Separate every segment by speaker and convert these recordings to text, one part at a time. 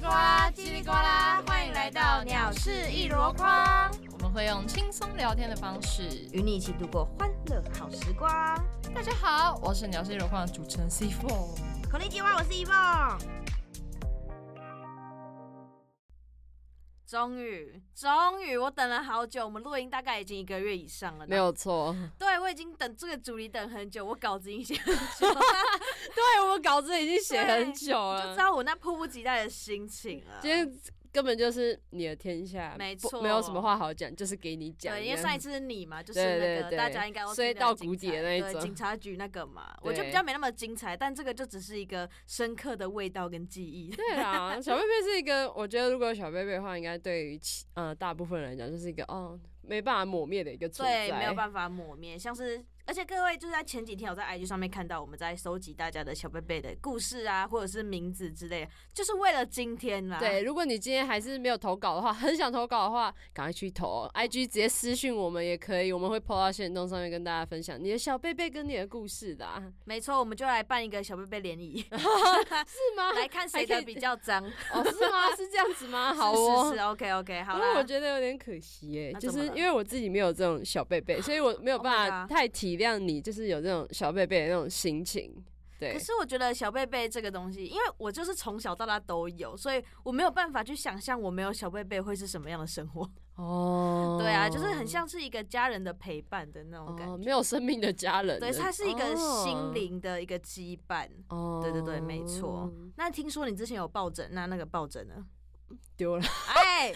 Speaker 1: 叽里呱啦，欢迎来到鸟事一箩筐，
Speaker 2: 我们会用轻松聊天的方式。
Speaker 1: 与你一起度过欢乐好时光。
Speaker 2: 大家好，我是鸟事有框的主持人 C Four。
Speaker 1: 口令计划，我是一梦。终于，终于，我等了好久。我们录音大概已经一个月以上了。
Speaker 2: 没，有错，
Speaker 1: 对我已经等这个主题等很久，我稿 子已经写，
Speaker 3: 啊
Speaker 2: 对我稿子已经写很久
Speaker 1: 就知
Speaker 2: 了，
Speaker 1: 道我那迫不及待的心情了。
Speaker 3: 今天根本就是你的天下，
Speaker 1: 没
Speaker 3: 不
Speaker 1: 错
Speaker 3: 没有什么话好讲，就是给你讲。
Speaker 1: 对，因为
Speaker 3: 这样
Speaker 1: 上一次是你嘛，就是
Speaker 3: 对
Speaker 1: 那
Speaker 3: 对
Speaker 1: 个
Speaker 3: 对
Speaker 1: 大家应该都
Speaker 3: 摔
Speaker 1: 记得
Speaker 3: 到
Speaker 1: 警
Speaker 3: 谷底
Speaker 1: 察
Speaker 3: 的那一
Speaker 1: 对
Speaker 3: 种
Speaker 1: 警察局那个嘛，我就比
Speaker 3: 对
Speaker 1: 较没那么精彩，但这个就只是一个深刻的味道跟记忆。
Speaker 3: 对啦， 小贝贝是一个，我觉得如果有小贝贝的话，应该对于其呃大部分人来讲，就是一个哦没办法抹灭的一个存在。
Speaker 1: 对，没有办法抹灭，像是。而且各位就是在前几天，我在 IG 上面看到我们在收集大家的小贝贝的故事啊，或者是名字之类的，就是为了今天啦。
Speaker 3: 对，如果你今天还是没有投稿的话，很想投稿的话，赶快去投哦、IG 直接私讯我们也可以，我们会 PO 到线动上面跟大家分享你的小贝贝跟你的故事的、啊，
Speaker 1: 没错，我们就来办一个小贝贝联谊，
Speaker 3: 是吗？
Speaker 1: 来看谁
Speaker 3: 还可以
Speaker 1: 的比较脏。
Speaker 3: 哦， 是 吗？是这样子吗？好哦，
Speaker 1: 是是是，OK OK，好
Speaker 3: 因为我
Speaker 1: 了。
Speaker 3: 觉得有点可惜哎、
Speaker 1: 那怎
Speaker 3: 就
Speaker 1: 么
Speaker 3: 是
Speaker 1: 了
Speaker 3: 因为我自己没有这种小贝贝，所以我没有
Speaker 1: Oh my
Speaker 3: 办法
Speaker 1: god
Speaker 3: 太体谅你，就是有这种小贝贝的那种心情。对
Speaker 1: 可，是我觉得小贝贝这个东西，因为我就是从小到大都有，所以我没有办法去想象我没有小贝贝会是什么样的生活。
Speaker 3: 哦
Speaker 1: 对啊，就是很像是一个家人的陪伴的那种感觉。
Speaker 3: 哦，没有生命的家人了，
Speaker 1: 对，它是一个
Speaker 3: 哦
Speaker 1: 心。灵的一个羁绊。
Speaker 3: 哦，
Speaker 1: 对对对，没错。那听说你之前有抱枕，那那个抱 枕呢？
Speaker 3: 丢了。
Speaker 1: 哎，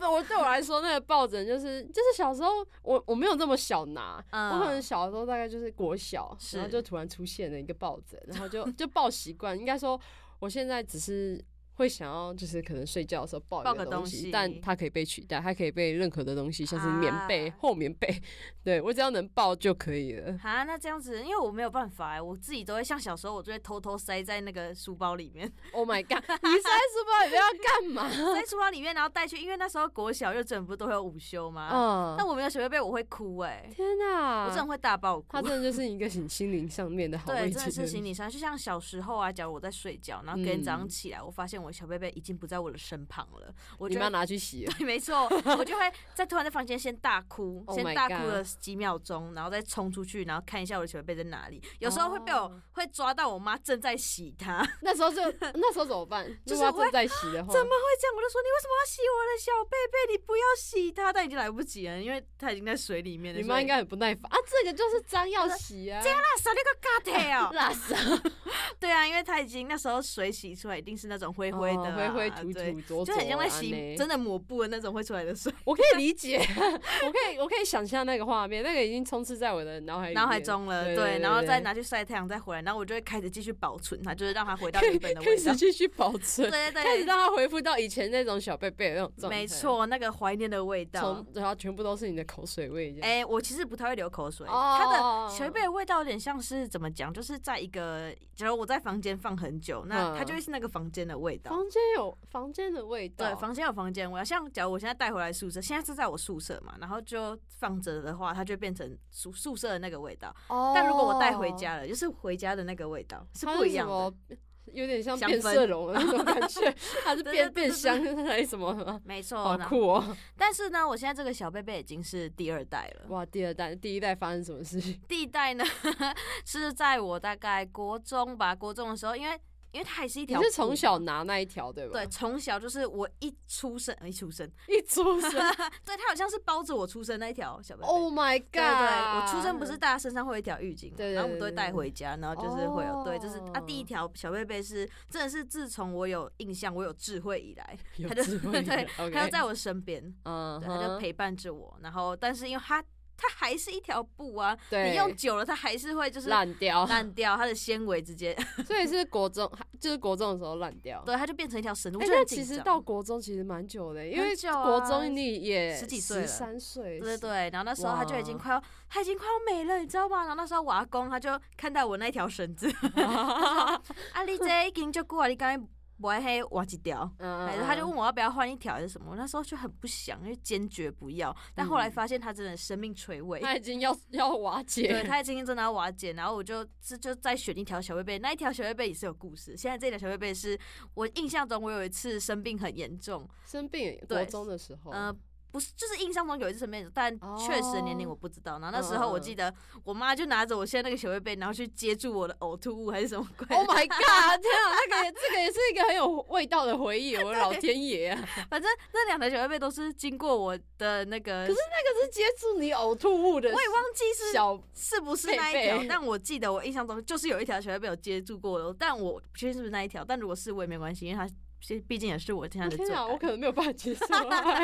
Speaker 3: 到我对我来说，那个抱枕就是就是小时候我我没有这么小拿，
Speaker 1: 嗯
Speaker 3: 我可能小时候大概就是国小，
Speaker 1: 是
Speaker 3: 然后就突然出现了一个抱枕，然后就就抱习惯。应该说，我现在只是会想要，就是可能睡觉的时候抱
Speaker 1: 抱
Speaker 3: 一个
Speaker 1: 个
Speaker 3: 东
Speaker 1: 东西
Speaker 3: 但它可以被取代，它可以被任何的东西，像是棉被、
Speaker 1: 啊
Speaker 3: 厚棉被，对我只要能抱就可以了。
Speaker 1: 啊，那这样子，因为我没有办法哎、我自己都会像小时候，我就会偷偷塞在那个书包里 面，
Speaker 3: Oh my god！你塞书包里面要干 嘛？
Speaker 1: 塞书包里面，然后带去，因为那时候国小幼稚园不都会有午休吗？但
Speaker 3: 嗯，
Speaker 1: 我没有小贝贝，我会哭哎、
Speaker 3: 天哪、
Speaker 1: 啊我真的会大爆哭
Speaker 3: 它。真的就是一个心心灵上面的啊好
Speaker 1: 对，
Speaker 3: 位置，
Speaker 1: 真的是行李箱。就像小时候啊，假如我在睡觉，然后隔天
Speaker 3: 嗯
Speaker 1: 早上起来，我发现我小贝贝已经不在我的身旁了，我
Speaker 3: 你
Speaker 1: 就
Speaker 3: 妈
Speaker 1: 会
Speaker 3: 拿去洗了。
Speaker 1: 对，没错，我就会在突然在房间先大哭，
Speaker 3: Oh
Speaker 1: 先
Speaker 3: my
Speaker 1: 大哭了几秒钟，然后再冲出去，然后看一下我的小贝贝在哪里。有时候会被我、
Speaker 3: 哦
Speaker 1: 会抓到我妈正在洗它，会
Speaker 3: 那时候就 那时候怎么办？
Speaker 1: 就是
Speaker 3: 如果他正在洗的话，
Speaker 1: 怎么这样我就说你为什么要洗我的小贝贝？你不要洗它，但已经来不及了，因为它已经在水里面了。
Speaker 3: 你妈应该很不耐烦啊！这个就是脏要洗 啊，这 样
Speaker 1: 那啥那个嘎腿哦，
Speaker 3: 拉屎
Speaker 1: 对啊，因为它已经那时候水洗出来一定是那种灰灰的啊、
Speaker 3: 哦灰灰土
Speaker 1: 对
Speaker 3: 土浊浊，
Speaker 1: 就很像在洗
Speaker 3: 啊呢
Speaker 1: 真的抹布的那种会出来的水，
Speaker 3: 我可以理解， 我可以我可以想象那个画面，那个已经充斥在我的脑海里面
Speaker 1: 脑海中了，
Speaker 3: 对
Speaker 1: 对，
Speaker 3: 对
Speaker 1: 然后
Speaker 3: 对
Speaker 1: 再拿去晒太阳，再回来，然后我就会开始继续保存它，就是让它回到
Speaker 3: 可
Speaker 1: 原
Speaker 3: 以
Speaker 1: 本的
Speaker 3: 开
Speaker 1: 味道
Speaker 3: 始。继续保存，
Speaker 1: 对
Speaker 3: 开始
Speaker 1: 对
Speaker 3: 让它恢复到以前那种小贝贝的那种
Speaker 1: 对，
Speaker 3: 状态。
Speaker 1: 没，错，那个怀念的味道
Speaker 3: 从。然后全部都是你的口水味这样。
Speaker 1: 哎、我其实不太会流口水，
Speaker 3: 哦
Speaker 1: 它的小贝贝的味道有点像是怎么讲，就是在一个，假如我在房间放很久，那
Speaker 3: 嗯
Speaker 1: 它就会是那个房间的味道。
Speaker 3: 房间有房间的味道，
Speaker 1: 对，房间有房间味。像假如我现在带回来宿舍，现在是在我宿舍嘛，然后就放着的话，它就会变成宿宿舍的那个味道。
Speaker 3: 哦
Speaker 1: 但如果我带回。家了，就是回家的那个味道是
Speaker 3: 它
Speaker 1: 不一样
Speaker 3: 什
Speaker 1: 的。
Speaker 3: 么有点像
Speaker 1: 香
Speaker 3: 变
Speaker 1: 氛
Speaker 3: 色龙的那种感觉，它是
Speaker 1: 对对
Speaker 3: 变
Speaker 1: 对对
Speaker 3: 变
Speaker 1: 对
Speaker 3: 香 还是什么？
Speaker 1: 没错，
Speaker 3: 好
Speaker 1: 然后
Speaker 3: 酷 哦！
Speaker 1: 但是呢，我现在这个小贝贝已经是第二代了。
Speaker 3: 哇，第二代、第一代发生什么事情？
Speaker 1: 第一代呢 是在我大概国中吧，国中的时候，因为因为它还是一
Speaker 3: 你
Speaker 1: 条，
Speaker 3: 是从小拿那一条对吧？
Speaker 1: 对，，从小就是我一出生，呃一出生，
Speaker 3: 一出生
Speaker 1: 对，它好像是包着我出生那一条小贝贝。
Speaker 3: ，Oh my God！
Speaker 1: 对对，我出生不是大家身上会有一条浴巾嘛，
Speaker 3: 对对
Speaker 1: 然后我们都会带回家，然后就是会有，
Speaker 3: 哦
Speaker 1: 对，就是啊，第一条小贝贝是真的是自从我有印象，我有智慧以来，
Speaker 3: 有
Speaker 1: 它就
Speaker 3: 智慧
Speaker 1: 对
Speaker 3: 的，，OK，
Speaker 1: 它就在我身边，
Speaker 3: 嗯
Speaker 1: 对，
Speaker 3: 哼，
Speaker 1: 它就陪伴着我，然后但是因为它它还是一条布啊，
Speaker 3: 对
Speaker 1: 你用久了它还是会就是
Speaker 3: 烂掉，
Speaker 1: 烂掉，它的纤维直接，
Speaker 3: 所以是国中， 就是国中的时候烂掉。
Speaker 1: 对，它就变成一条绳子，
Speaker 3: 哦
Speaker 1: 我
Speaker 3: 哎，
Speaker 1: 就
Speaker 3: 那
Speaker 1: 很
Speaker 3: 其
Speaker 1: 紧
Speaker 3: 实
Speaker 1: 张。
Speaker 3: 到国中其实蛮久的，因为
Speaker 1: 很久啊
Speaker 3: 国中你也
Speaker 1: 十几岁了
Speaker 3: 三岁，
Speaker 1: 对对对，然后那时候它就已经快要，它已经快要没了，你知道吗？然后那时候 我阿公他就看到我那条绳子，他说啊，你这已经就过了，你刚才不爱黑挖几条。
Speaker 3: 嗯
Speaker 1: 哎他就问我要不要换一条还是什么，我那时候就很不想，因为坚决不要。但后来
Speaker 3: 嗯
Speaker 1: 发现他真的生命垂危，
Speaker 3: 他已经要要瓦
Speaker 1: 对，
Speaker 3: 解，
Speaker 1: 他今天真的要瓦解，然后我就就就再选一条小贝贝，那一条小贝贝也是有故事。现在这条小贝贝是我印象中，我有一次生病很严重，
Speaker 3: 生病国
Speaker 1: 对
Speaker 3: 中的时候，
Speaker 1: 呃，不是，就是印象中有一次生病，但
Speaker 3: 哦嗯
Speaker 1: 确实年龄我不知道。然后那时候我记得我妈就拿着我现在那个小贝贝，然后去接住我的呕吐物还是什么鬼的
Speaker 3: Oh my god！天啊，这个也这个也是一个很有味道的回忆，我的老天爷啊！
Speaker 1: 反正那两条小贝贝都是经过我的那个，
Speaker 3: 可是那个是接触你呕吐物的，
Speaker 1: 我也忘记是
Speaker 3: 小
Speaker 1: 是不是那一条
Speaker 3: 贝贝？
Speaker 1: 但我记得我印象中就是有一条小贝贝有接住过的，但我不确定是不是那一条。但如果是我也没关系，因为它毕毕竟也是我现在的最
Speaker 3: 天啊，
Speaker 1: 爱
Speaker 3: 我。可能没有办法接受啊，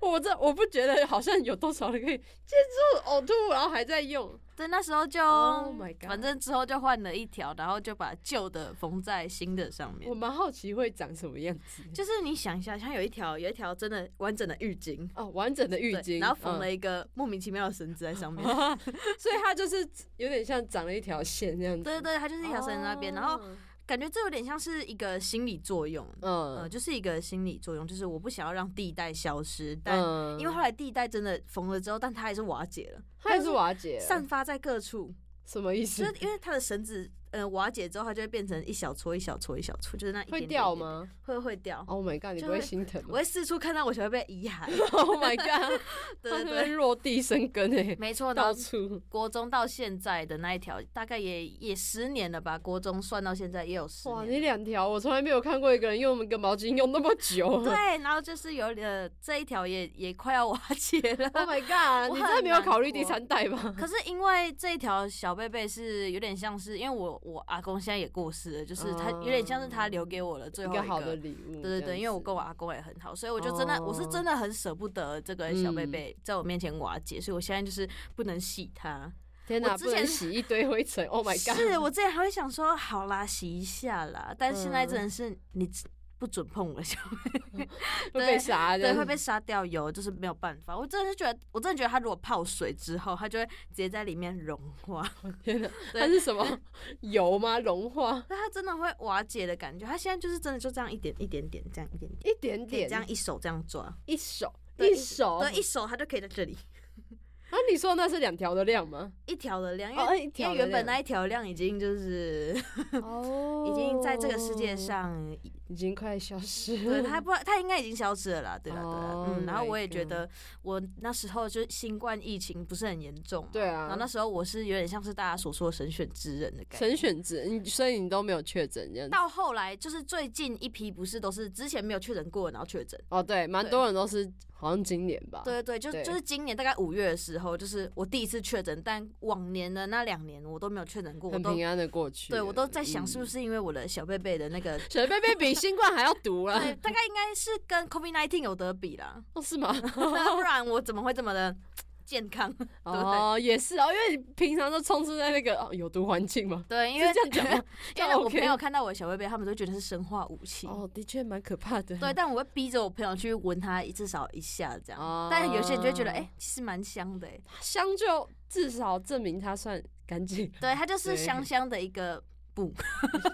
Speaker 3: 我这我不觉得好像有多少人可以接触呕吐，然后还在用。
Speaker 1: 对，那时候就
Speaker 3: Oh my god
Speaker 1: 反正之后就换了一条，然后就把旧的缝在新的上面
Speaker 3: 我。蛮好奇会长什么样子。
Speaker 1: 就是你想一下，像有一条有一条真的完整的浴巾，
Speaker 3: 哦，完整的浴
Speaker 1: 对
Speaker 3: 巾，
Speaker 1: 然后缝了
Speaker 3: 嗯哦
Speaker 1: 一个莫名其妙的绳子在上面。
Speaker 3: 所以它就是有点像长了一条线这样子。
Speaker 1: 对对对，它就是一条绳子在那边，然后
Speaker 3: 哦
Speaker 1: 感觉这有点像是一个心理作用，呃，
Speaker 3: 嗯
Speaker 1: 就是一个心理作用，就是我不想要让地带消失，但
Speaker 3: 嗯
Speaker 1: 因为后来地带真的缝了之后，但它还是瓦解了，
Speaker 3: 它也是瓦解了，
Speaker 1: 散发在各 处，
Speaker 3: 什么意
Speaker 1: 就
Speaker 3: 思
Speaker 1: 是？因为它的绳子呃瓦解之后，它就会变成一小撮一小撮一小撮，就是那一点
Speaker 3: 会
Speaker 1: 点
Speaker 3: 掉
Speaker 1: 一点点？
Speaker 3: 吗
Speaker 1: 会哦会掉。
Speaker 3: ？Oh my god！你
Speaker 1: 就
Speaker 3: 不会
Speaker 1: 会
Speaker 3: 心疼
Speaker 1: 我
Speaker 3: 吗
Speaker 1: 会四处看到我小贝贝的遗 骸，
Speaker 3: ？Oh my god！
Speaker 1: 对
Speaker 3: 它是
Speaker 1: 对
Speaker 3: 会
Speaker 1: 对，
Speaker 3: 落地生根诶，
Speaker 1: 没错。
Speaker 3: 到
Speaker 1: 到
Speaker 3: 处。
Speaker 1: 国中到现在的那一条，大概也也十年了吧，国中算到现在也有十
Speaker 3: 哇，你
Speaker 1: 年了。
Speaker 3: 两条，我从来没有看过一个人用一个毛巾用那么久。Oh
Speaker 1: 对，啊然后就是有呃这一条也也快要瓦解了。
Speaker 3: my god！
Speaker 1: 我
Speaker 3: 你真的
Speaker 1: 很
Speaker 3: 没有
Speaker 1: 难
Speaker 3: 考虑
Speaker 1: 过
Speaker 3: 第三代吗？
Speaker 1: 可是因为这一条小贝贝是有点像是，因为我我阿公现在也过世了，就是他有点像是他留给我的 最
Speaker 3: 嗯一
Speaker 1: 后一
Speaker 3: 个
Speaker 1: 个。
Speaker 3: 好的礼物。
Speaker 1: 对对
Speaker 3: 这样
Speaker 1: 对，因为我
Speaker 3: 子
Speaker 1: 跟我阿公也很好，所以我就真的、我是
Speaker 3: 哦嗯
Speaker 1: 真的很舍不得这个小贝贝在我面前瓦解，所以我现在就是不能洗它。
Speaker 3: 天
Speaker 1: 我
Speaker 3: 哪，
Speaker 1: 之
Speaker 3: 不能
Speaker 1: 前
Speaker 3: 洗一堆灰尘。Oh my god！
Speaker 1: 是我之前还会想说，好啦，洗一下啦，但现在
Speaker 3: 嗯
Speaker 1: 真的是你不准碰我 的小
Speaker 3: 会被
Speaker 1: 对
Speaker 3: 杀的，
Speaker 1: 对，会被杀掉油，就是没有办法。我真的是觉得，我真的觉得它如果泡水之后，它就会直接在里面融化，
Speaker 3: 天哪，
Speaker 1: 对
Speaker 3: 它是什么油吗？融化
Speaker 1: 那它真的会瓦解的感觉。它现在就是真的就这样一点一点点，这样一点点，
Speaker 3: 一点
Speaker 1: 可以
Speaker 3: 点，
Speaker 1: 这样一手这样抓，
Speaker 3: 一手
Speaker 1: 对
Speaker 3: 一手。
Speaker 1: 对，一手它就可以在这里
Speaker 3: 啊，你说那是两条的量吗？
Speaker 1: 一条的量，因
Speaker 3: 哦
Speaker 1: 为、
Speaker 3: 一条
Speaker 1: 因
Speaker 3: 的
Speaker 1: 为原本
Speaker 3: 量
Speaker 1: 那一条量已经就是
Speaker 3: 哦
Speaker 1: 已经在这个世界上
Speaker 3: 已经快消失
Speaker 1: 对
Speaker 3: 了。
Speaker 1: 他不，他应该已经消失了啦，对啦，对啦，
Speaker 3: Oh
Speaker 1: 嗯，然后
Speaker 3: my
Speaker 1: 我也觉
Speaker 3: God
Speaker 1: 得，我那时候就是新冠疫情不是很严重嘛，
Speaker 3: 对啊
Speaker 1: 然后那时候我是有点像是大家所说的神选之人的感觉。
Speaker 3: 神选制，你所以你都没有确诊这样子。
Speaker 1: 到后来就是最近一批不是都是之前没有确诊过，然后确诊，
Speaker 3: 哦，对，蛮
Speaker 1: 对
Speaker 3: 多人都是好像今年吧。
Speaker 1: 对对，就
Speaker 3: 对
Speaker 1: 就是今年大概五月的时候，就是我第一次确诊，但往年的那两年我都没有确诊过，我
Speaker 3: 很
Speaker 1: 都
Speaker 3: 平安的过去了。嗯
Speaker 1: 对我都在想 是不
Speaker 3: 是
Speaker 1: 是因为我的小贝贝的那个，
Speaker 3: 小贝贝比新冠还要毒了？
Speaker 1: 对，大概应该是跟 COVID 1 9有得比啦，
Speaker 3: 哦，是 吗？
Speaker 1: 不然我怎么会这么的健康？ 对
Speaker 3: 哦，也是哦，因为你平常都充斥在那个哦有毒环境 嘛。
Speaker 1: 对，因
Speaker 3: 是
Speaker 1: 为
Speaker 3: 这样讲吗
Speaker 1: 因为我
Speaker 3: OK
Speaker 1: 朋友看到我的小贝贝，他们都觉得是生化武器。
Speaker 3: 哦，的确蛮可怕的。
Speaker 1: 对，但我会逼着我朋友去闻它一至少一下这 样。
Speaker 3: 哦
Speaker 1: 但有些人就会觉得，哎、其实蛮香的、哎，
Speaker 3: 香就至少证明它算干 净，
Speaker 1: 对，它就是
Speaker 3: 对
Speaker 1: 香香的一个布，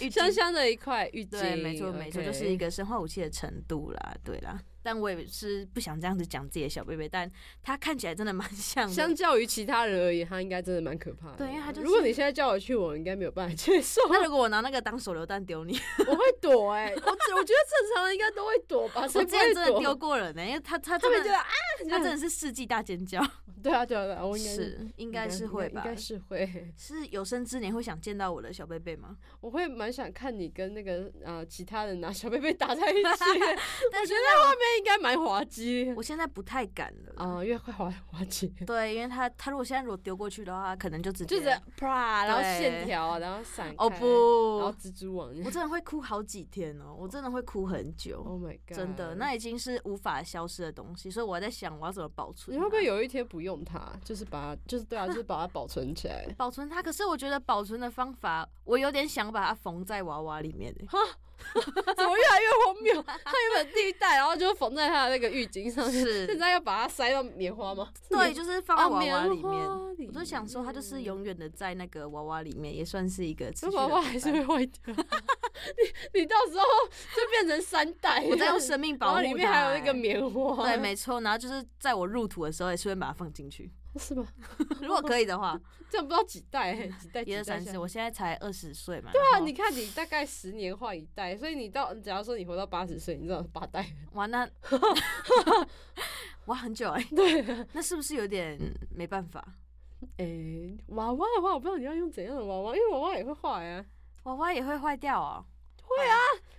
Speaker 1: 浴巾
Speaker 3: 香。香的一块浴巾。
Speaker 1: 对，没错没错，
Speaker 3: OK
Speaker 1: 就是一个生化武器的程度啦，对啦。但我也是不想这样子讲自己的小贝贝，但它看起来真的蛮像的。
Speaker 3: 相较于其他人而言，它应该真的蛮可怕的。
Speaker 1: 对因为它就是
Speaker 3: 如果你现在叫我去，我应该没有办法接受，
Speaker 1: 那如果我拿那个当手榴弹 丢你，
Speaker 3: 我会躲哎、我只我觉得正常人应该都会躲吧，
Speaker 1: 我
Speaker 3: 谁
Speaker 1: 之
Speaker 3: 不
Speaker 1: 前
Speaker 3: 会
Speaker 1: 真的
Speaker 3: 躲？
Speaker 1: 丢过人呢、因为他
Speaker 3: 他
Speaker 1: 他真
Speaker 3: 们觉得
Speaker 1: 的
Speaker 3: 啊，
Speaker 1: 他真的是世纪大尖叫，
Speaker 3: 对啊对啊对啊，我应该
Speaker 1: 是应该是会吧
Speaker 3: 应，该是会，
Speaker 1: 是有生之年会想见到我的小贝 贝吗？
Speaker 3: 我会蛮想看你跟那个呃其他人拿小贝贝打在一起，我 觉
Speaker 1: 但是
Speaker 3: 得画面应该蛮滑稽
Speaker 1: 我现在不太敢了。
Speaker 3: 啊、因为会滑滑稽，
Speaker 1: 对，因为他他如果现在如果丢过去的话，可能就直接
Speaker 3: 就是啪，然后
Speaker 1: 对
Speaker 3: 线条，然后散
Speaker 1: 哦
Speaker 3: 开
Speaker 1: 不，，
Speaker 3: 然后
Speaker 1: 我
Speaker 3: 蜘蛛网
Speaker 1: 真的会哭好几天哦，我真的会哭很久，
Speaker 3: ，Oh my god，
Speaker 1: 真的，那已经是无法消失的东西，所以我在想我要怎么保存
Speaker 3: 你
Speaker 1: 它。
Speaker 3: 会不会有一天不用它，就是把它，就是对啊，就是把它保存起来？
Speaker 1: 保存它？可是我觉得保存的方法，我有点想把它缝在娃娃里面欸。
Speaker 3: 怎么越来越荒谬？它原本第一代，然后就缝在他的那个浴巾上面，
Speaker 1: 是
Speaker 3: 现在要把它塞到棉花吗？
Speaker 1: 对，就是放
Speaker 3: 啊，
Speaker 1: 在娃娃里
Speaker 3: 棉
Speaker 1: 面。
Speaker 3: 花里
Speaker 1: 我都想说，它就是永远的在那个娃娃里面，也算是一个持
Speaker 3: 这
Speaker 1: 续的
Speaker 3: 娃娃
Speaker 1: 陪
Speaker 3: 还是
Speaker 1: 伴
Speaker 3: 会坏掉。你你到时候就变成三代，
Speaker 1: 我在用生 命
Speaker 3: 然
Speaker 1: 保护
Speaker 3: 后
Speaker 1: 它。
Speaker 3: 里面还有那个
Speaker 1: 欸
Speaker 3: 棉花，
Speaker 1: 对，没错。然后就是在我入土的时候，也顺便把它放进去，
Speaker 3: 是吧？
Speaker 1: 如果可以 的话。
Speaker 3: 这样不知道几代，几代
Speaker 1: 一二三四，
Speaker 3: 对
Speaker 1: 我现在才二十岁嘛。对啊
Speaker 3: 啊，你看你大概十年换一代，所以你到假如说你活到八十岁，你知道八代，
Speaker 1: 哇，那哇很久
Speaker 3: 欸
Speaker 1: 哎、
Speaker 3: 对，
Speaker 1: 那是不是有点没办法？
Speaker 3: 哎，娃娃的话，我不知道你要用怎样的娃娃，因为娃娃也会坏啊。
Speaker 1: 娃娃也会坏掉哦。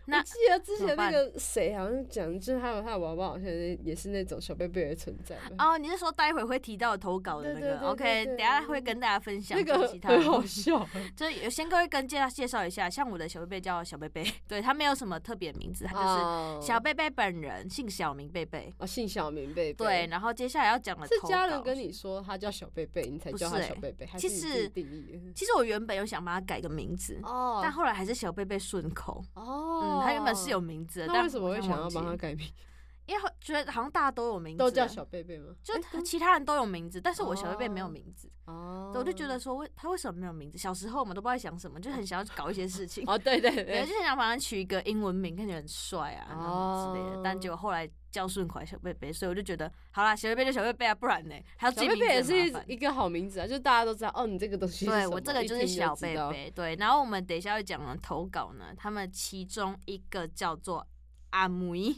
Speaker 1: 那
Speaker 3: 我记得之前那
Speaker 1: 怎
Speaker 3: 个谁好像讲，就是他有他的娃娃，好像也是那种小贝贝的存在吧。
Speaker 1: 哦，你是说待会会提到投稿的那
Speaker 3: 对对
Speaker 1: 个
Speaker 3: 对对
Speaker 1: o k
Speaker 3: 对
Speaker 1: 等一下会跟大家分享
Speaker 3: 那个
Speaker 1: 就其他
Speaker 3: 很好
Speaker 1: 的。
Speaker 3: 笑，
Speaker 1: 就是有先各位跟介绍介绍一下，像我的小贝贝叫小贝贝，对他没有什么特别名 字，他就是
Speaker 3: 是
Speaker 1: 小贝贝本人，姓小名贝贝。
Speaker 3: 哦，姓小明贝贝。
Speaker 1: 对，，然后接下来要讲的
Speaker 3: 是
Speaker 1: 投
Speaker 3: 家
Speaker 1: 稿
Speaker 3: 人跟你说他叫小贝贝，你才
Speaker 1: 不
Speaker 3: 叫他
Speaker 1: 是
Speaker 3: 小
Speaker 1: 欸
Speaker 3: 贝贝，还
Speaker 1: 其
Speaker 3: 是你自己
Speaker 1: 实
Speaker 3: 定义的？
Speaker 1: 其实我原本有想帮他改个名字，
Speaker 3: 哦
Speaker 1: 但后来还是小贝贝顺口。
Speaker 3: 哦
Speaker 1: 嗯，他原本是有，名字的，
Speaker 3: 那
Speaker 1: 但
Speaker 3: 为什么
Speaker 1: 我
Speaker 3: 会
Speaker 1: 好像
Speaker 3: 想要
Speaker 1: 忘记
Speaker 3: 帮他
Speaker 1: 了？
Speaker 3: 改名？
Speaker 1: 因为觉得好像大家都有名字，
Speaker 3: 都叫，小贝贝吗？
Speaker 1: 就他其他人都有名字，但是我小贝贝没有
Speaker 3: 哦
Speaker 1: 名字，
Speaker 3: 哦
Speaker 1: 对我就觉得说为他为什么没有名字？小时候我们都不知道在想什么，就很想要搞一些事情，
Speaker 3: 哦，对对
Speaker 1: 对，
Speaker 3: 对，
Speaker 1: 就很想把他取一个英文名，看起来很帅啊，然后之类的。但
Speaker 3: 哦
Speaker 1: 结果后来叫顺口来小贝贝，所以我就觉得好啦，小贝贝就小贝贝啊，不然呢还要
Speaker 3: 小
Speaker 1: 记
Speaker 3: 贝
Speaker 1: 名字
Speaker 3: 贝也是
Speaker 1: 很麻
Speaker 3: 一
Speaker 1: 烦。
Speaker 3: 一个好名字啊，就大家都知道哦，你这个东西是
Speaker 1: 对
Speaker 3: 什
Speaker 1: 我
Speaker 3: 么
Speaker 1: 这个
Speaker 3: 一
Speaker 1: 就是
Speaker 3: 听就
Speaker 1: 小
Speaker 3: 知
Speaker 1: 贝
Speaker 3: 道
Speaker 1: 贝，对。然后我们等一下要讲的投稿呢，他们其中一个叫做 阿梅，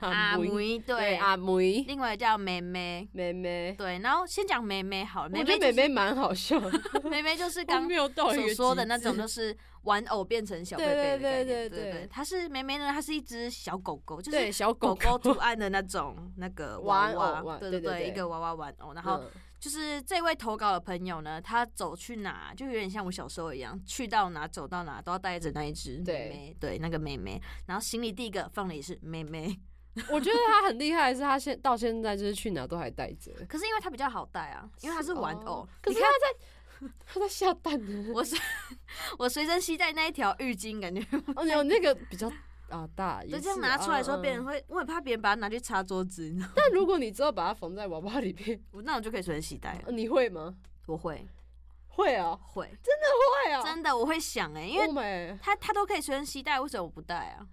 Speaker 1: 阿
Speaker 3: 梅
Speaker 1: 梅
Speaker 3: 对
Speaker 1: 对，
Speaker 3: 阿梅
Speaker 1: 另外叫梅梅。
Speaker 3: 妹妹，
Speaker 1: 对，然后先讲梅梅好了，梅
Speaker 3: 我觉
Speaker 1: 梅
Speaker 3: 得妹
Speaker 1: 就是
Speaker 3: 妹蛮好笑的，
Speaker 1: 梅梅就是
Speaker 3: 刚
Speaker 1: 刚
Speaker 3: 没有到一
Speaker 1: 所
Speaker 3: 个
Speaker 1: 说
Speaker 3: 极
Speaker 1: 的那种，
Speaker 3: 致
Speaker 1: 就是 玩偶变成小贝贝的概念。
Speaker 3: 对对对
Speaker 1: 对对
Speaker 3: 对
Speaker 1: 对，它是梅梅呢，它是一只小狗狗，就是
Speaker 3: 对小
Speaker 1: 狗
Speaker 3: 狗
Speaker 1: 狗图案的那种那个
Speaker 3: 玩
Speaker 1: 娃
Speaker 3: 偶玩
Speaker 1: 对
Speaker 3: 对对
Speaker 1: 对，
Speaker 3: 对
Speaker 1: 一个娃娃玩偶。然后
Speaker 3: 嗯
Speaker 1: 就是这位投稿的朋友呢，他走去哪就有点像我小时候一样，去到哪走到哪都要带着那一只
Speaker 3: 对
Speaker 1: 妹妹，对那个妹妹。然后行李第一个放的也是妹妹，
Speaker 3: 我觉得他很厉害，的是他现到现在就是去哪都还带着，
Speaker 1: 可是因为它比较好带啊，因为它是玩偶
Speaker 3: 哦。可
Speaker 1: 你
Speaker 3: 是
Speaker 1: 看
Speaker 3: 他在他在下蛋呢。
Speaker 1: 我随我随身携带那一条浴巾，感觉
Speaker 3: 哦，有那个比较啊大，
Speaker 1: 就
Speaker 3: 也
Speaker 1: 这样
Speaker 3: 是
Speaker 1: 拿出来的时候，
Speaker 3: 嗯
Speaker 1: 别人
Speaker 3: 嗯
Speaker 1: 会，我很怕别人把它拿去擦桌子，你知道吗？
Speaker 3: 但如果你之后把它缝在娃娃里面，
Speaker 1: 我那我就可以随身携带了。
Speaker 3: 你会吗？
Speaker 1: 我会
Speaker 3: 会啊，
Speaker 1: 会，
Speaker 3: 会啊，哦
Speaker 1: 真的我会想哎、因为
Speaker 3: 为
Speaker 1: 它它都可以随身携带，为什么我不带啊？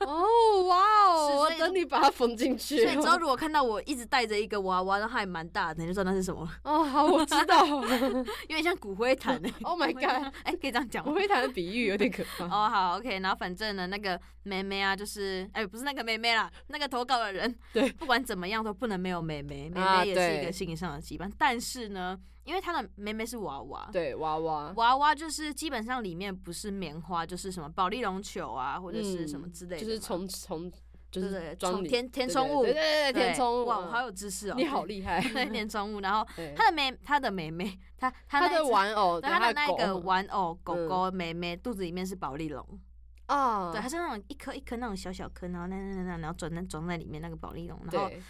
Speaker 3: 哦哇
Speaker 1: 是
Speaker 3: 哦，我
Speaker 1: 所以
Speaker 3: 等你把它缝进
Speaker 1: 所
Speaker 3: 去哦
Speaker 1: 以之后如果看到我一直带着一个娃娃，然后它还蛮大的，你就知道那是什么了，
Speaker 3: 哦，好，我知道了
Speaker 1: 有点像骨灰坛哎、
Speaker 3: ，Oh my god，
Speaker 1: 哎、可以这样讲
Speaker 3: 我
Speaker 1: 吗？
Speaker 3: 会谈的比喻有点可怕。
Speaker 1: 哦，好，OK，然后反正呢，那个妹妹啊，就是哎、不是那个妹妹啦，那个投稿的人，
Speaker 3: 对
Speaker 1: 不管怎么样都不能没有妹妹，妹
Speaker 3: 啊
Speaker 1: 妹也是一
Speaker 3: 对
Speaker 1: 个心理上的羁绊。但是呢，因为她的妹妹是娃娃，
Speaker 3: 对，娃娃，
Speaker 1: 娃娃就是基本上里面不是棉花，就是什么保利龙球啊，或者是什么之类的嘛、
Speaker 3: 就是从从就
Speaker 1: 对
Speaker 3: 是
Speaker 1: 对从
Speaker 3: 装里
Speaker 1: 填填
Speaker 3: 对
Speaker 1: 充物
Speaker 3: 对，对对对，填充物，
Speaker 1: 哇，我好
Speaker 3: 嗯
Speaker 1: 有知识哦，
Speaker 3: 你好厉害，
Speaker 1: 对，填充物，然后
Speaker 3: 对
Speaker 1: 他的妹，他的妹妹，他他
Speaker 3: 他的。玩偶，
Speaker 1: 对他的那
Speaker 3: 狗
Speaker 1: 个玩偶狗嗯
Speaker 3: 嗯
Speaker 1: 狗妹妹肚子里面是保利龙，
Speaker 3: 啊，
Speaker 1: 对，它是那种一颗一颗那种小小颗，然后那那那那，然后装在装在里面那个保利龙，然后
Speaker 3: 对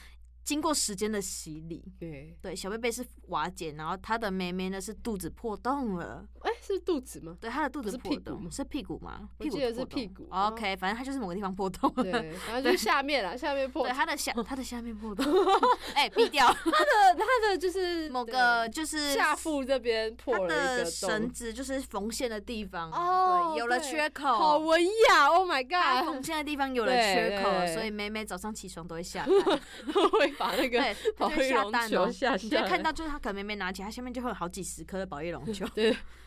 Speaker 1: 经过时间的洗礼，
Speaker 3: 对，
Speaker 1: 对，小贝贝是瓦解，然后他的妹妹呢是肚子破洞了，
Speaker 3: 哎，是肚子 吗？
Speaker 1: 对，他的肚子
Speaker 3: 是
Speaker 1: 破
Speaker 3: 屁股
Speaker 1: 洞
Speaker 3: 吗
Speaker 1: 是屁股吗？
Speaker 3: 我
Speaker 1: 屁股
Speaker 3: 记得
Speaker 1: 破
Speaker 3: 是屁
Speaker 1: 洞
Speaker 3: 股嗯
Speaker 1: OK，反正他就是某个地方破洞
Speaker 3: 对
Speaker 1: 了。，
Speaker 3: 然后就是下面啦，下面破
Speaker 1: 对，他的下他的下面 破洞，哎，闭掉
Speaker 3: 的他的就是
Speaker 1: 某
Speaker 3: 对
Speaker 1: 个就是
Speaker 3: 下腹这边破
Speaker 1: 他
Speaker 3: 了一个
Speaker 1: 的绳
Speaker 3: 洞，
Speaker 1: 子就是缝线的地方，
Speaker 3: 哦
Speaker 1: 对，有了
Speaker 3: 对
Speaker 1: 缺
Speaker 3: 好
Speaker 1: 口。
Speaker 3: 文雅，Oh my
Speaker 1: 它缝
Speaker 3: god！
Speaker 1: 线的地方有了
Speaker 3: 对
Speaker 1: 缺口，
Speaker 3: 对
Speaker 1: 所以每每早上起床都会下蛋，
Speaker 3: 会把那个
Speaker 1: 对，它就会下蛋哦。
Speaker 3: 下
Speaker 1: 你就会
Speaker 3: 来
Speaker 1: 看，到，就是它可能每每拿起，它下面就会有好几十颗的保育龙 球。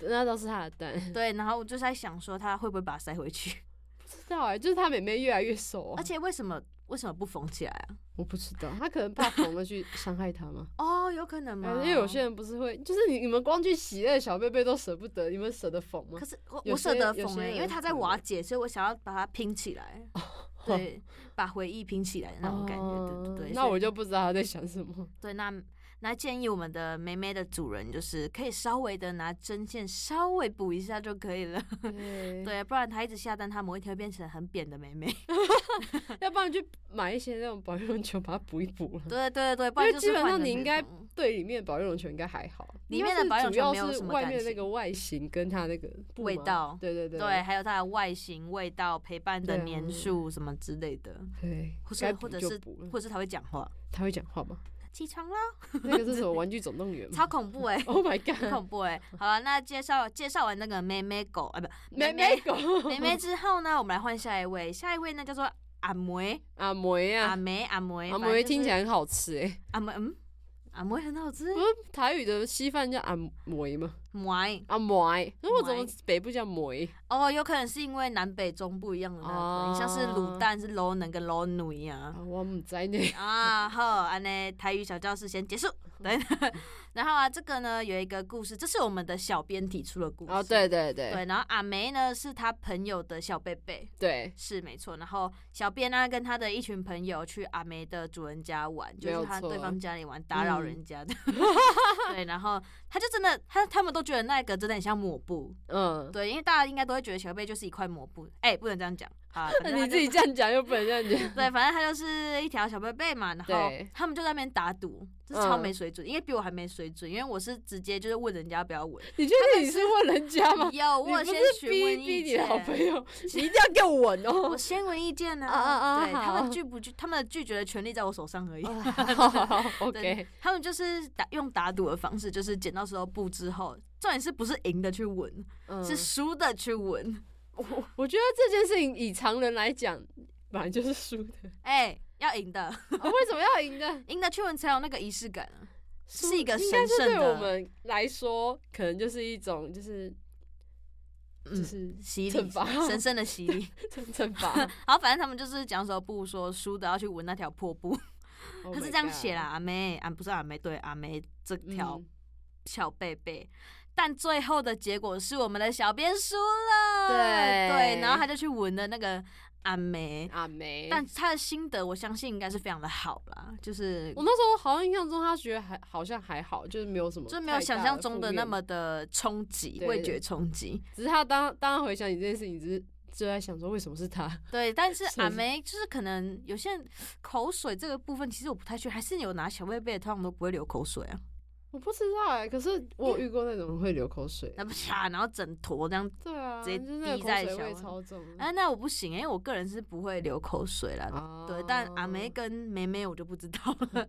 Speaker 3: 那都是他的蛋。
Speaker 1: 对，然后我就是在想说，它会不会把它塞回去？
Speaker 3: 不知道哎，就是他妹妹越来越瘦啊
Speaker 1: 而，且为什么为什么不缝起来啊？
Speaker 3: 我不知道，他可能 怕缝了去伤害他吗？
Speaker 1: 哦，有可能
Speaker 3: 呃因
Speaker 1: 吗？
Speaker 3: 为有些人不是会，就是你你们光去洗那个小贝贝都舍不得，你们舍得缝吗
Speaker 1: 可？是我
Speaker 3: 有
Speaker 1: 我舍
Speaker 3: 些
Speaker 1: 得
Speaker 3: 有
Speaker 1: 缝
Speaker 3: 些
Speaker 1: 哎、
Speaker 3: 人
Speaker 1: 因为它在
Speaker 3: 可能哦
Speaker 1: 瓦解，所以我想要把它拼起来，对，把回忆拼起来的那种感觉，对对对。
Speaker 3: 那
Speaker 1: 所以
Speaker 3: 我就不知道他在想什么。
Speaker 1: 对那那建议我们的妹妹的主人就是可以稍微的拿针线稍微补一下就可以了，
Speaker 3: 对，
Speaker 1: 对，不然她一直下蛋，她某一天会变成很扁的妹妹。
Speaker 3: 要不然就买一些那种保育绒球把它补一补了。
Speaker 1: 对对对，不
Speaker 3: 嗯
Speaker 1: 然
Speaker 3: 因为
Speaker 1: 就是
Speaker 3: 基本
Speaker 1: 换
Speaker 3: 上
Speaker 1: 成
Speaker 3: 你
Speaker 1: 那
Speaker 3: 应该
Speaker 1: 种
Speaker 3: 对里面的保育绒球应该还好，
Speaker 1: 里面的
Speaker 3: 应该
Speaker 1: 保育
Speaker 3: 是主
Speaker 1: 绒球
Speaker 3: 要
Speaker 1: 没有
Speaker 3: 是
Speaker 1: 什么
Speaker 3: 外
Speaker 1: 感
Speaker 3: 面那
Speaker 1: 情
Speaker 3: 个外形跟它那个布
Speaker 1: 味
Speaker 3: 吗
Speaker 1: 道
Speaker 3: 对对对
Speaker 1: 对，还有它的外形、味道、陪伴的
Speaker 3: 对啊
Speaker 1: 年数什么之类的，
Speaker 3: 对，
Speaker 1: 或是
Speaker 3: 该
Speaker 1: 或
Speaker 3: 补
Speaker 1: 者
Speaker 3: 就是补了嗯
Speaker 1: 或者是它会讲话，
Speaker 3: 他会讲话 吗？
Speaker 1: 起床啦，
Speaker 3: 那个是什么《玩具总动员》
Speaker 1: 超
Speaker 3: 吗
Speaker 1: 恐怖哎、
Speaker 3: ？Oh my
Speaker 1: 很
Speaker 3: god！
Speaker 1: 恐怖哎、好了，那介绍介绍完那个妹妹狗啊，不
Speaker 3: 妹
Speaker 1: 妹
Speaker 3: 妹狗
Speaker 1: 妹妹之后呢，我们来换下一位，下一位呢叫做阿梅
Speaker 3: 阿梅
Speaker 1: 阿
Speaker 3: 啊，
Speaker 1: 梅阿梅
Speaker 3: 阿
Speaker 1: 反正
Speaker 3: 梅
Speaker 1: 就是
Speaker 3: 听起来很嗯好吃哎，
Speaker 1: 阿梅嗯阿梅很好吃
Speaker 3: 不，是台语的稀饭叫阿梅吗？
Speaker 1: 梅
Speaker 3: 阿梅，啊那我怎么
Speaker 1: 梅
Speaker 3: 北部叫梅？
Speaker 1: 哦，有可能是因为南北中不一样的那个，
Speaker 3: 哦
Speaker 1: 像是卤蛋是卤能跟卤女一样。
Speaker 3: 啊，我唔知呢。
Speaker 1: 啊，好，安尼台语小教室先结束。对， 然后啊，这个呢有一个故事，这是我们的小编提出的故事。
Speaker 3: 哦，对对对
Speaker 1: 对，然后阿梅呢是她朋友的小贝贝，
Speaker 3: 对，
Speaker 1: 是没错。然后小编呢跟他的一群朋友去阿梅的主人家玩，就
Speaker 3: 没有
Speaker 1: 是他
Speaker 3: 错
Speaker 1: 对方家里玩，打扰
Speaker 3: 嗯
Speaker 1: 人 家的。对，然后他就真的，他他们都觉得那个真的很像抹布。
Speaker 3: 嗯，
Speaker 1: 对，因为大家应该都会觉得小贝就是一块抹布，哎、不能这样讲啊。反
Speaker 3: 那
Speaker 1: 正 他
Speaker 3: 你
Speaker 1: 就
Speaker 3: 自己这样讲又不能这样 讲。
Speaker 1: 对，反正他就是一条小贝贝嘛，然后
Speaker 3: 对
Speaker 1: 他们就在那边打赌，这是超
Speaker 3: 嗯
Speaker 1: 没水准，因为比我还没水准，因为我是直接就是问人家要不 要闻，
Speaker 3: 你确定你是问人家吗？
Speaker 1: 有
Speaker 3: 你
Speaker 1: 我有
Speaker 3: 不
Speaker 1: 先
Speaker 3: 是
Speaker 1: 询问
Speaker 3: 逼
Speaker 1: 意
Speaker 3: 逼你的好朋
Speaker 1: 见，
Speaker 3: 友， 你一定要给我闻
Speaker 1: 我
Speaker 3: 哦。
Speaker 1: 先问意见呢、
Speaker 3: 啊啊啊
Speaker 1: 对他
Speaker 3: 好
Speaker 1: 们拒不拒，他们的拒绝的权利在我手上而已。
Speaker 3: 好好好，OK，哦
Speaker 1: 他们就是打用打赌的方式，就是剪到时候布之后，重点是不是赢的去闻，
Speaker 3: 嗯
Speaker 1: 是输的去闻，
Speaker 3: 我觉得这件事情以常人来讲，本来就是输 的，
Speaker 1: 哎、要赢的，
Speaker 3: 啊为什么要赢呢？
Speaker 1: 赢的去闻才有那个仪式感啊。
Speaker 3: 输
Speaker 1: 是一个
Speaker 3: 应该
Speaker 1: 神
Speaker 3: 是
Speaker 1: 圣
Speaker 3: 对
Speaker 1: 的
Speaker 3: 我们来说，可能就是一种就是就
Speaker 1: 嗯，
Speaker 3: 是
Speaker 1: 洗礼
Speaker 3: 惩，罚，
Speaker 1: 神圣的洗礼。
Speaker 3: 惩 罚。
Speaker 1: 然后反正他们就是讲手布说输的要去闻那条破布，
Speaker 3: Oh
Speaker 1: 他
Speaker 3: my
Speaker 1: 是这样写啦，
Speaker 3: God，
Speaker 1: 阿妹，啊不是阿妹，对阿妹这条
Speaker 3: 嗯
Speaker 1: 小贝贝。但最后的结果是我们的小编输了，
Speaker 3: 对
Speaker 1: 对，然后他就去闻了那个阿梅，
Speaker 3: 阿梅，
Speaker 1: 但他的心得我相信应该是非常的好啦，就是
Speaker 3: 我那时候好像印象中他觉得还好像还好，就是没有什么，
Speaker 1: 就没有想象中的那。么的冲击，
Speaker 3: 对
Speaker 1: 味觉冲击。
Speaker 3: 只是他当当他回想起这件事情，只是就在想说为什么是他？
Speaker 1: 对，但是
Speaker 3: 是
Speaker 1: 阿梅就是可能有些人口水这个部分，其实我不太确定，还是有拿小贝贝的，通常都不会流口水啊。
Speaker 3: 我不知道哎、可是我有遇过那种会流口水，
Speaker 1: 那不啪，然后整坨这样。
Speaker 3: 对啊，
Speaker 1: 直接
Speaker 3: 就是那个
Speaker 1: 滴
Speaker 3: 口
Speaker 1: 在
Speaker 3: 水
Speaker 1: 小
Speaker 3: 味
Speaker 1: 孩
Speaker 3: 超重的
Speaker 1: 啊，那我不行，因为我个人是不会流口水啦。
Speaker 3: 啊
Speaker 1: 对，但阿梅跟梅梅我就不知道 了。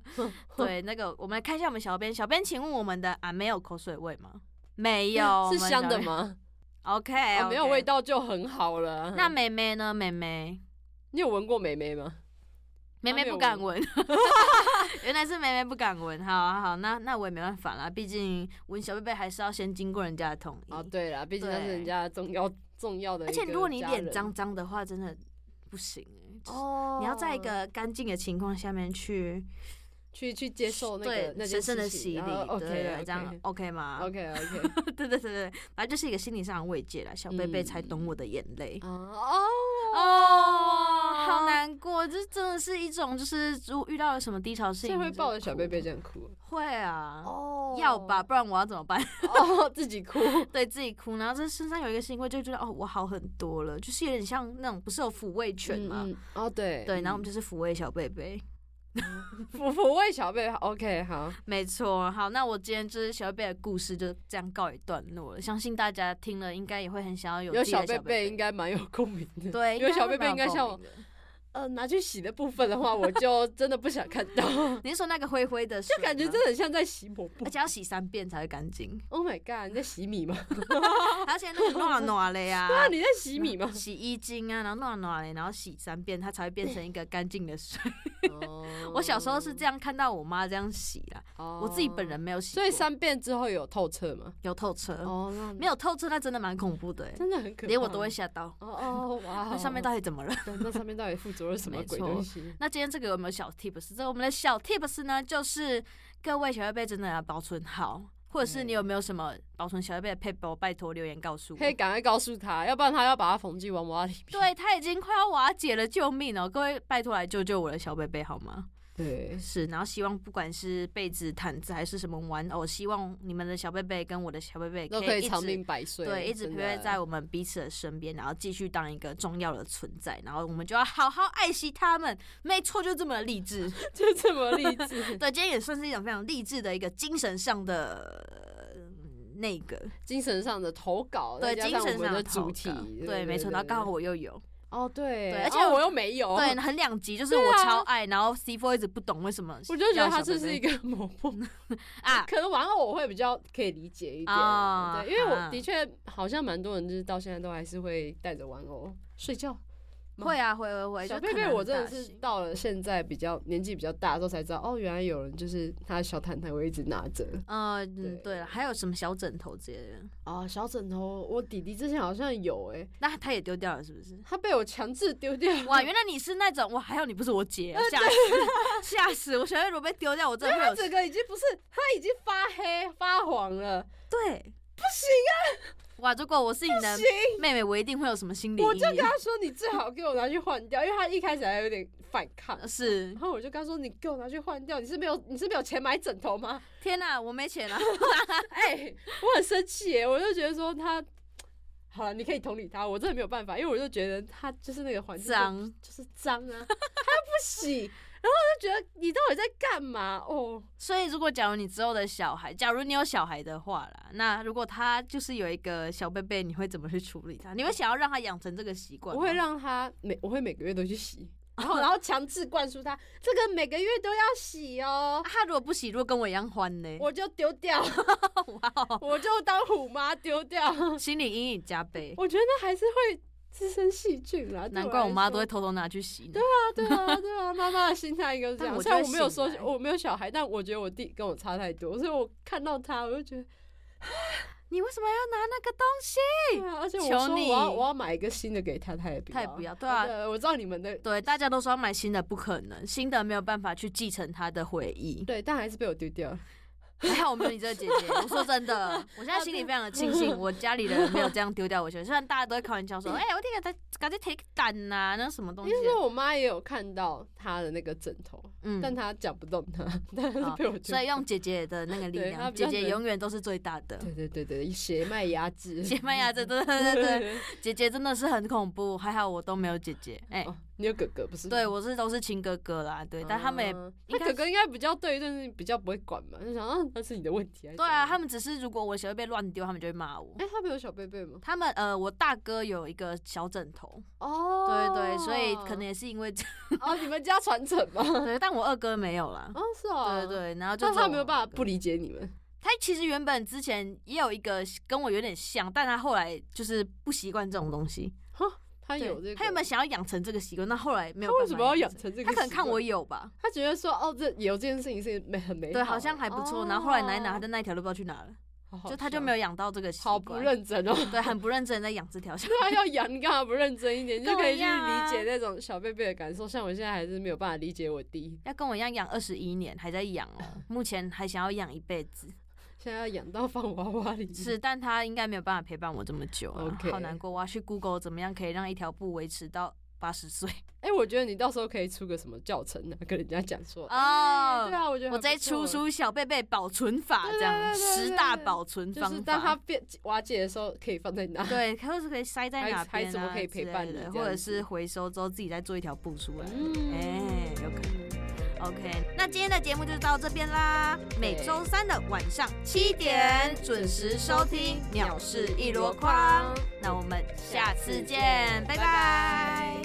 Speaker 1: 对，那个我们来看一下我们小编，小编，请问我们的阿梅有口水味吗？ 没有，
Speaker 3: 是香的
Speaker 1: 哦我们小编 哎
Speaker 3: 吗？
Speaker 1: ？OK，,
Speaker 3: 啊，没有味道
Speaker 1: 道。
Speaker 3: 嗯就很好了。
Speaker 1: 那梅梅呢？梅梅，
Speaker 3: 你有闻过梅梅吗？
Speaker 1: 梅
Speaker 3: 没
Speaker 1: 梅
Speaker 3: 有
Speaker 1: 不敢闻， 原来是梅梅不敢闻。好啊，好，那那我也没办法啦，毕竟闻小贝贝还是要先经过人家的同意。
Speaker 3: 啊，对啦，毕竟那是
Speaker 1: 对
Speaker 3: 人家重要重要的一
Speaker 1: 而
Speaker 3: 个家
Speaker 1: 且
Speaker 3: 人。
Speaker 1: 如果你脸脏脏的话，真的不行、欸。就是
Speaker 3: 哦
Speaker 1: 你要在一个干净的情况下面去
Speaker 3: 去去接哦受那
Speaker 1: 对
Speaker 3: 个那件
Speaker 1: 神圣的
Speaker 3: 事
Speaker 1: 洗
Speaker 3: 情
Speaker 1: 礼，
Speaker 3: 然后
Speaker 1: 对
Speaker 3: OK
Speaker 1: 对
Speaker 3: 了
Speaker 1: 对，这样 OK 吗
Speaker 3: OK OK
Speaker 1: 对对对对，反正就是一个心理上的慰藉啦。小贝贝才
Speaker 3: 嗯
Speaker 1: 懂我的眼泪。
Speaker 3: 啊哦
Speaker 1: 哦，好，难过，这真的是一种，就是如果遇到了什么低潮事
Speaker 3: 所以
Speaker 1: 情，
Speaker 3: 会
Speaker 1: 就
Speaker 3: 抱着小
Speaker 1: 哭
Speaker 3: 贝贝这样哭
Speaker 1: 会啊，
Speaker 3: 哦
Speaker 1: 要吧，不然我要怎么办？
Speaker 3: 哦， 自己哭，
Speaker 1: 对自己哭，然后这身上有一个腥味，就觉得哦，我好很多了，就是有点像那种不是有抚慰犬
Speaker 3: 嗯
Speaker 1: 嘛，
Speaker 3: 嗯哦，对
Speaker 1: 对，然后我们
Speaker 3: 就
Speaker 1: 就是抚慰小贝贝。
Speaker 3: 抚抚慰小贝，OK，好，
Speaker 1: 没错，好，那我今天就是小贝贝的故事就这样告一段落了。相信大家听了应该也会很想要有
Speaker 3: 有
Speaker 1: 自己
Speaker 3: 小
Speaker 1: 的小
Speaker 3: 贝贝
Speaker 1: 贝
Speaker 3: 应该蛮有共鸣的。
Speaker 1: 对，
Speaker 3: 有小贝贝
Speaker 1: 蛮
Speaker 3: 应该
Speaker 1: 共
Speaker 3: 像
Speaker 1: 鸣
Speaker 3: 我
Speaker 1: 的。
Speaker 3: 呃，拿去洗的部分的话，我就真的不想看到，
Speaker 1: 你是说那个灰灰的，就
Speaker 3: 感觉真，的很像在洗抹布
Speaker 1: 而。且要洗三遍才会干净，
Speaker 3: Oh my god，你在洗米吗？ 哦
Speaker 1: 而且那个弄啊弄啊嘞呀，
Speaker 3: 对啊，你在洗米 吗？
Speaker 1: 洗衣精啊，然后弄啊弄啊嘞，然后洗三遍，它才会变成一个干净的水。 我小时候是这样看到我妈这样洗啦，
Speaker 3: 哦，
Speaker 1: 我自己本人没有洗过，
Speaker 3: 所以三遍之后有透彻吗？
Speaker 1: 有透彻，
Speaker 3: 哦，那
Speaker 1: 没有透彻那真的蛮恐怖的欸，
Speaker 3: 真的很可怕，
Speaker 1: 连我都会吓到，
Speaker 3: 哦哦哇，
Speaker 1: 那上 面到底怎么了？
Speaker 3: 对那上面到底附着了什么
Speaker 1: 没
Speaker 3: 鬼
Speaker 1: 错
Speaker 3: 东西？
Speaker 1: 那今天这个有没有小 tips？这我们的小 tips 呢，就是各位小贝贝真的要保存好，或者是
Speaker 3: 嗯
Speaker 1: 你有没有什么保存小贝贝的配包，拜托留言告诉我
Speaker 3: 可。以赶快告诉他，要不然他要把它缝进娃娃里面。
Speaker 1: 对，它已经快要瓦解了，救命哦！各位，拜托来救救我的小贝贝好吗？
Speaker 3: 对，
Speaker 1: 是，然后希望不管是被子、毯子还是什么玩偶，希望你们的小贝贝跟我的小贝贝
Speaker 3: 都可以
Speaker 1: 一
Speaker 3: 长
Speaker 1: 直
Speaker 3: 命百岁，
Speaker 1: 对，一直
Speaker 3: 真
Speaker 1: 陪
Speaker 3: 的
Speaker 1: 伴在我们彼此的身边，然后继续当一个重要的存在，然后我们就要好好爱惜他们。没错，就这么的 励志。
Speaker 3: 就这么励 志，
Speaker 1: 对，今天也算是一种非常励志的一个精神上的。呃那个
Speaker 3: 精神上的投稿，
Speaker 1: 对
Speaker 3: 再加
Speaker 1: 精神
Speaker 3: 我们
Speaker 1: 上
Speaker 3: 的
Speaker 1: 投
Speaker 3: 主
Speaker 1: 稿
Speaker 3: 题，
Speaker 1: 对，没错，然后刚好我又有，
Speaker 3: 哦，对，
Speaker 1: 对而且
Speaker 3: 哦
Speaker 1: 我
Speaker 3: 我又没有，
Speaker 1: 对，很两极，就是
Speaker 3: 对
Speaker 1: 我
Speaker 3: 啊
Speaker 1: 超爱，然后 C Four 一直不懂为什么，
Speaker 3: 我就觉得他
Speaker 1: 这
Speaker 3: 这是一个 某部，
Speaker 1: 啊，
Speaker 3: 可能玩偶我会比较可以理解一点啊，
Speaker 1: 哦
Speaker 3: 对，因为我
Speaker 1: 啊
Speaker 3: 的确好像蛮多人就是到现在都还是会带着玩偶睡觉。
Speaker 1: 会啊，会会会，
Speaker 3: 小贝
Speaker 1: 就可
Speaker 3: 贝，
Speaker 1: 能
Speaker 3: 我
Speaker 1: 很
Speaker 3: 真的
Speaker 1: 大
Speaker 3: 是
Speaker 1: 型
Speaker 3: 到了现在比较年纪比较大之后才知道，哦，原来有人就是他的小毯毯会一直拿着。
Speaker 1: 呃嗯
Speaker 3: 对
Speaker 1: 对了，还有什么小枕头之类的，
Speaker 3: 啊、小枕头，我弟弟之前好像有诶、
Speaker 1: 那他也丢掉了是不是？
Speaker 3: 他被我强制丢掉。
Speaker 1: 哇，原来你是那种哇，还好你不是我姐啊，吓死吓死！我小贝如果被丢掉，我真的会
Speaker 3: 呃他
Speaker 1: 有
Speaker 3: 整个已经不是，他已经发黑发黄了。
Speaker 1: 对，不行 啊！哇，如果我是你的
Speaker 3: 行
Speaker 1: 妹妹，我一定会有什么心理
Speaker 3: 我
Speaker 1: 阴
Speaker 3: 就跟
Speaker 1: 影。
Speaker 3: 他说：“你最好给我拿去换掉，因为他一开始还有点反抗。”
Speaker 1: 呃是
Speaker 3: 然后我就跟他说：“你给我拿去换掉，你是没有你是没有钱买枕头吗
Speaker 1: 天哪、我没 钱了、啊。？”
Speaker 3: 哎、我很生气耶，我就觉得说他，好了，你可以同理他，我真的没有办法，因为我就觉得他就是那个环境就
Speaker 1: 脏，
Speaker 3: 就是脏啊，他又不洗，然后我就觉得你到底在干嘛？哦，
Speaker 1: 所以如果假如你之后的小孩，假如你有小孩的话啦，那如果他就是有一个小贝贝，你会怎么去处理他？你会想要让他养成这个习惯？
Speaker 3: 我会，让他每我会每个月都去 洗，然后然后强制灌输他这个每个月都要洗哦
Speaker 1: 啊、。他如果不洗，如果跟我一样欢呢，
Speaker 3: 我就丢掉，
Speaker 1: 哦
Speaker 3: 我就当虎妈丢掉。
Speaker 1: 心理阴影加倍。
Speaker 3: 我觉得还是会滋生细菌啦。对
Speaker 1: 难怪我妈都会
Speaker 3: 来
Speaker 1: 偷偷拿去洗呢。
Speaker 3: 说对啊，对啊，妈妈的心态应该是这
Speaker 1: 但
Speaker 3: 样。
Speaker 1: 我
Speaker 3: 虽
Speaker 1: 就
Speaker 3: 然
Speaker 1: 会
Speaker 3: 我没有说
Speaker 1: 醒来
Speaker 3: 我没有小孩，但我觉得我弟跟我差太多，所以我看到他我就觉得，
Speaker 1: 你为什么要拿那个东西？
Speaker 3: 对啊，而且我
Speaker 1: 求
Speaker 3: 说
Speaker 1: 你
Speaker 3: 我要我要买一个新的给他，他也不要，
Speaker 1: 他也不要对啊
Speaker 3: 对，我知道你们的。
Speaker 1: 对，大家都说要买新的，不可能，新的没有办法去继承他的回忆。
Speaker 3: 对，但还是被我丢掉了。
Speaker 1: 还好我没有你这个姐姐。我说 真的，我现在心里非常的庆
Speaker 3: 嗯
Speaker 1: 幸，我家里的人没有这样丢掉我球。虽然大家都会开玩 笑说，哎、我这个他赶紧 take 蛋呐，那什么东
Speaker 3: 因
Speaker 1: 西
Speaker 3: 为
Speaker 1: 的，
Speaker 3: 说我妈也有看到他的那个枕头，
Speaker 1: 嗯
Speaker 3: 但她讲不动他， 但是
Speaker 1: 哦
Speaker 3: 被我丢
Speaker 1: 所
Speaker 3: 掉
Speaker 1: 以用姐姐的那个力
Speaker 3: 对她
Speaker 1: 量，
Speaker 3: 比较
Speaker 1: 姐姐
Speaker 3: 能
Speaker 1: 永远都是最大的。
Speaker 3: 对对对对，血脉压制。
Speaker 1: 姐妹啊呀，对对对对对，姐姐真的是很恐怖。还好我都没有姐姐，哎、
Speaker 3: 哦，你有哥哥不是？
Speaker 1: 对我是都是亲哥哥啦，对，但他们也
Speaker 3: 嗯
Speaker 1: 应
Speaker 3: 他
Speaker 1: 该
Speaker 3: 哥哥应该比较对，但是比较不会管嘛，就想啊，那是你的问题。
Speaker 1: 对啊，他，们只是如果我的小贝被乱丢，他们就会骂我。
Speaker 3: 哎、他们有小贝贝吗？
Speaker 1: 他们呃，我大哥有一个小枕头，
Speaker 3: 哦
Speaker 1: 对对，所以可能也是因为这，
Speaker 3: 哦，你们家传承吗？
Speaker 1: 对，但我二哥没有啦。
Speaker 3: 哦，是哦，
Speaker 1: 对对，然后就
Speaker 3: 但
Speaker 1: 只
Speaker 3: 他
Speaker 1: 我
Speaker 3: 没有办法
Speaker 1: 二哥
Speaker 3: 不。理解你们，
Speaker 1: 他其实原本之前也有一个跟我有点像，但他后来就是不习惯这种东西。
Speaker 3: 他
Speaker 1: 对
Speaker 3: 有这个，
Speaker 1: 他原本想要养成这个习惯，那后来没有。
Speaker 3: 他为什么要养？成这个？
Speaker 1: 他可能看我，有吧，
Speaker 3: 他觉得说哦，这有这件事情是美很美好，啊哦
Speaker 1: 对，好像还不错。然后后来拿一拿，他
Speaker 3: 就
Speaker 1: 的那一条都不知道去哪了，就他
Speaker 3: 他
Speaker 1: 就没有养到这个习惯。
Speaker 3: 好不，认真哦。
Speaker 1: 对，很不认真地在养这条小。
Speaker 3: 对啊，要养你干嘛不认真一 点？你就可以去
Speaker 1: 跟我一样
Speaker 3: 理
Speaker 1: 啊
Speaker 3: 解那种小贝贝的感受。像我现在还是没有办法理解我弟，
Speaker 1: 要跟我一样养二十一年，还在养哦，目前还想要养一辈子。
Speaker 3: 现在要养到放娃娃里面。
Speaker 1: 是，但他应该没有办法陪伴我这么久啊
Speaker 3: 嗯 OK
Speaker 1: 好难过。我要去 Google 怎么样可以让一条布维持到八十岁。
Speaker 3: 哎、我觉得你到时候可以出个什么教程呢、啊，跟人家讲说，
Speaker 1: 哦
Speaker 3: 哎对啊，我觉得还
Speaker 1: 我
Speaker 3: 不
Speaker 1: 在
Speaker 3: 错，
Speaker 1: 出书《小贝贝保存法》
Speaker 3: 对对
Speaker 1: 这样
Speaker 3: 对对对
Speaker 1: 十大保存
Speaker 3: 就
Speaker 1: 方
Speaker 3: 是当它
Speaker 1: 法。
Speaker 3: 变瓦解的时候可以放在哪？
Speaker 1: 对，或是可以塞在
Speaker 3: 还
Speaker 1: 哪
Speaker 3: 还
Speaker 1: 边
Speaker 3: 怎么
Speaker 1: 啊
Speaker 3: 可以陪伴
Speaker 1: 之类的
Speaker 3: 你这
Speaker 1: 或者
Speaker 3: 样子
Speaker 1: 是回收之后自己再做一条布出来。
Speaker 3: 嗯，
Speaker 1: 哎，有可能。OK，那今天的节目就到这边啦。每周三的晚上七点准时收听《鸟事一箩筐》，那我们下次见，拜拜